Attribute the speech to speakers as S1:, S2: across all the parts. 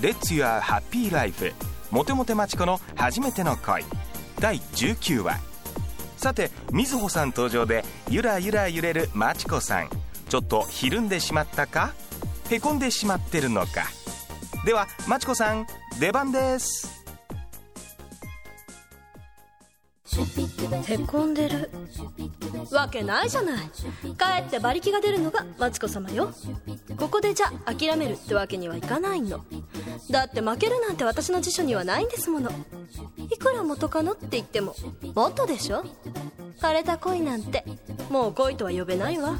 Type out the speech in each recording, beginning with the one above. S1: Let's Your Happy Life モテモテマチコの初めての恋第19話さて瑞穂さん登場でゆらゆら揺れるマチコさんちょっとひるんでしまったかへこんでしまってるのかではマチコさん出番です
S2: へこんでるわけないじゃないかえって馬力が出るのがマチコ様よここでじゃ諦めるってわけにはいかないのだって負けるなんて私の辞書にはないんですものいくら元カノって言ってももっとでしょ枯れた恋なんてもう恋とは呼べないわ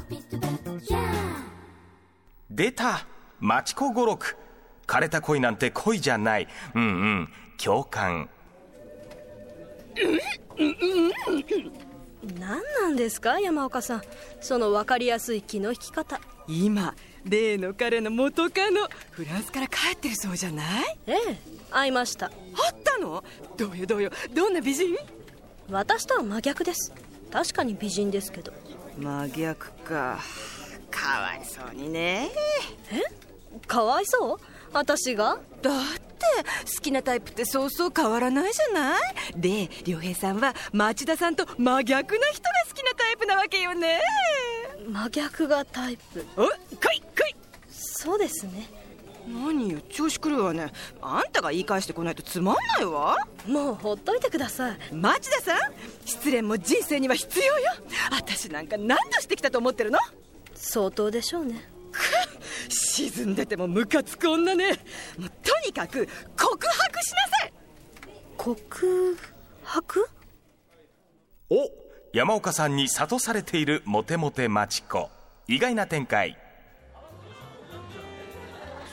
S1: 出たマチコ語録枯れた恋なんて恋じゃないうんうん共感
S2: 何なんですか山岡さんその分かりやすい気の引き方
S3: 今例の彼の元カノフランスから帰ってるそうじゃない
S2: ええ会いました
S3: あったのどうよどうよどんな美人
S2: 私とは真逆です確かに美人ですけど
S3: 真逆かかわいそうにね
S2: かわいそう私が
S3: だって好きなタイプってそうそう変わらないじゃないで良平さんは町田さんと真逆な人が好きなタイプなわけよね
S2: 真逆がタイプ
S3: お来い来い
S2: そうですね
S3: 何よ調子狂うわねあんたが言い返してこないとつまんないわ
S2: もうほっといてください
S3: 町田さん失恋も人生には必要よ私なんか何度してきたと思ってるの
S2: 相当でしょうね
S3: 沈んでてもムカつく女ねもうとにかく告白しなさい
S2: 告白
S1: お山岡さんに諭されているモテモテマチコ意外な展開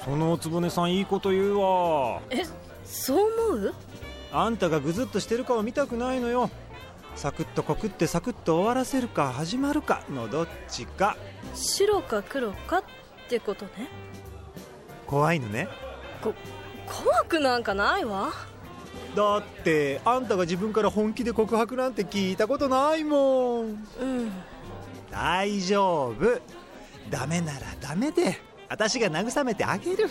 S4: そのおつぼねさんいいこと言うわ
S2: えそう思う
S4: あんたがぐずっとしてる顔見たくないのよサクッと告ってサクッと終わらせるか始まるかのどっちか
S2: 白か黒かってことね
S4: 怖いのね
S2: こ怖くなんかないわ
S4: だってあんたが自分から本気で告白なんて聞いたことないも
S2: う
S4: ん
S2: ん
S4: 大丈夫ダメならダメで私が慰めてあげる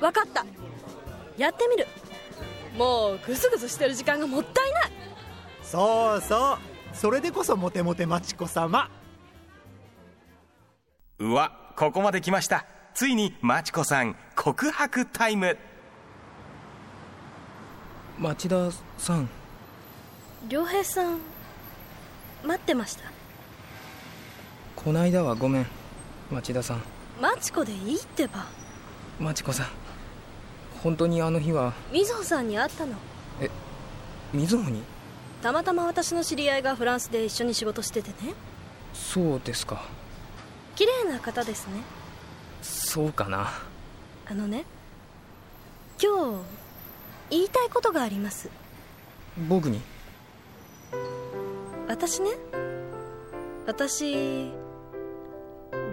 S2: 分かったやってみるもうグズグズしてる時間がもったいない
S4: そうそうそれでこそモテモテマチコ様
S1: うわここまで来ましたついにマチコさん告白タイム
S5: 町田さん
S2: 良平さん待ってました
S5: こないだはごめん町田さん
S2: マチコでいいってば
S5: 町子さん本当にあの日は
S2: みずほさんに会ったの
S5: 瑞穂に
S2: たまたま私の知り合いがフランスで一緒に仕事しててね
S5: そうですか
S2: 綺麗な方ですね
S5: そうかな
S2: あのね今日言いたいことがあります
S5: 僕に
S2: 私ね私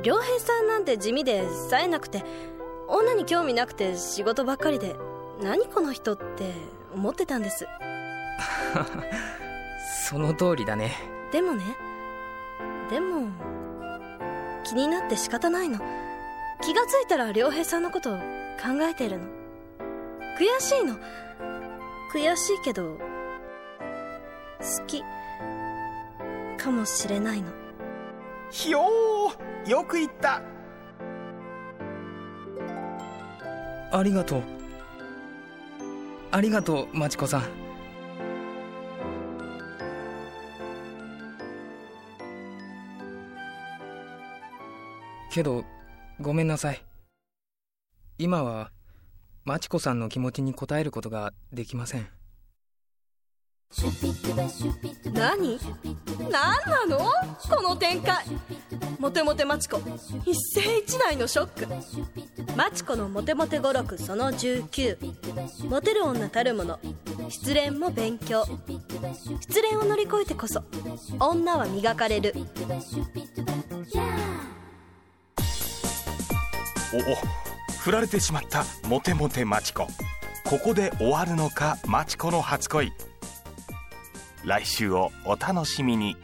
S2: 良平さんなんて地味で冴えなくて女に興味なくて仕事ばっかりで何この人って思ってたんです
S5: その通りだね
S2: でもねでも気になって仕方ないの気がついたら良平さんのことを考えてるの悔しいの悔しいけど好きかもしれないの
S1: ひよーよく言った
S5: ありがとうありがとう町子さんけどごめんなさい今は町子さんの気持ちに応えることができません
S2: 何何なのこの展開モテモテマチコ一世一代のショックマチコのモテモテ語録その19モテる女たるもの失恋も勉強失恋を乗り越えてこそ女は磨かれる
S1: おお振られてしまったモテモテマチコここで終わるのかマチコの初恋来週をお楽しみに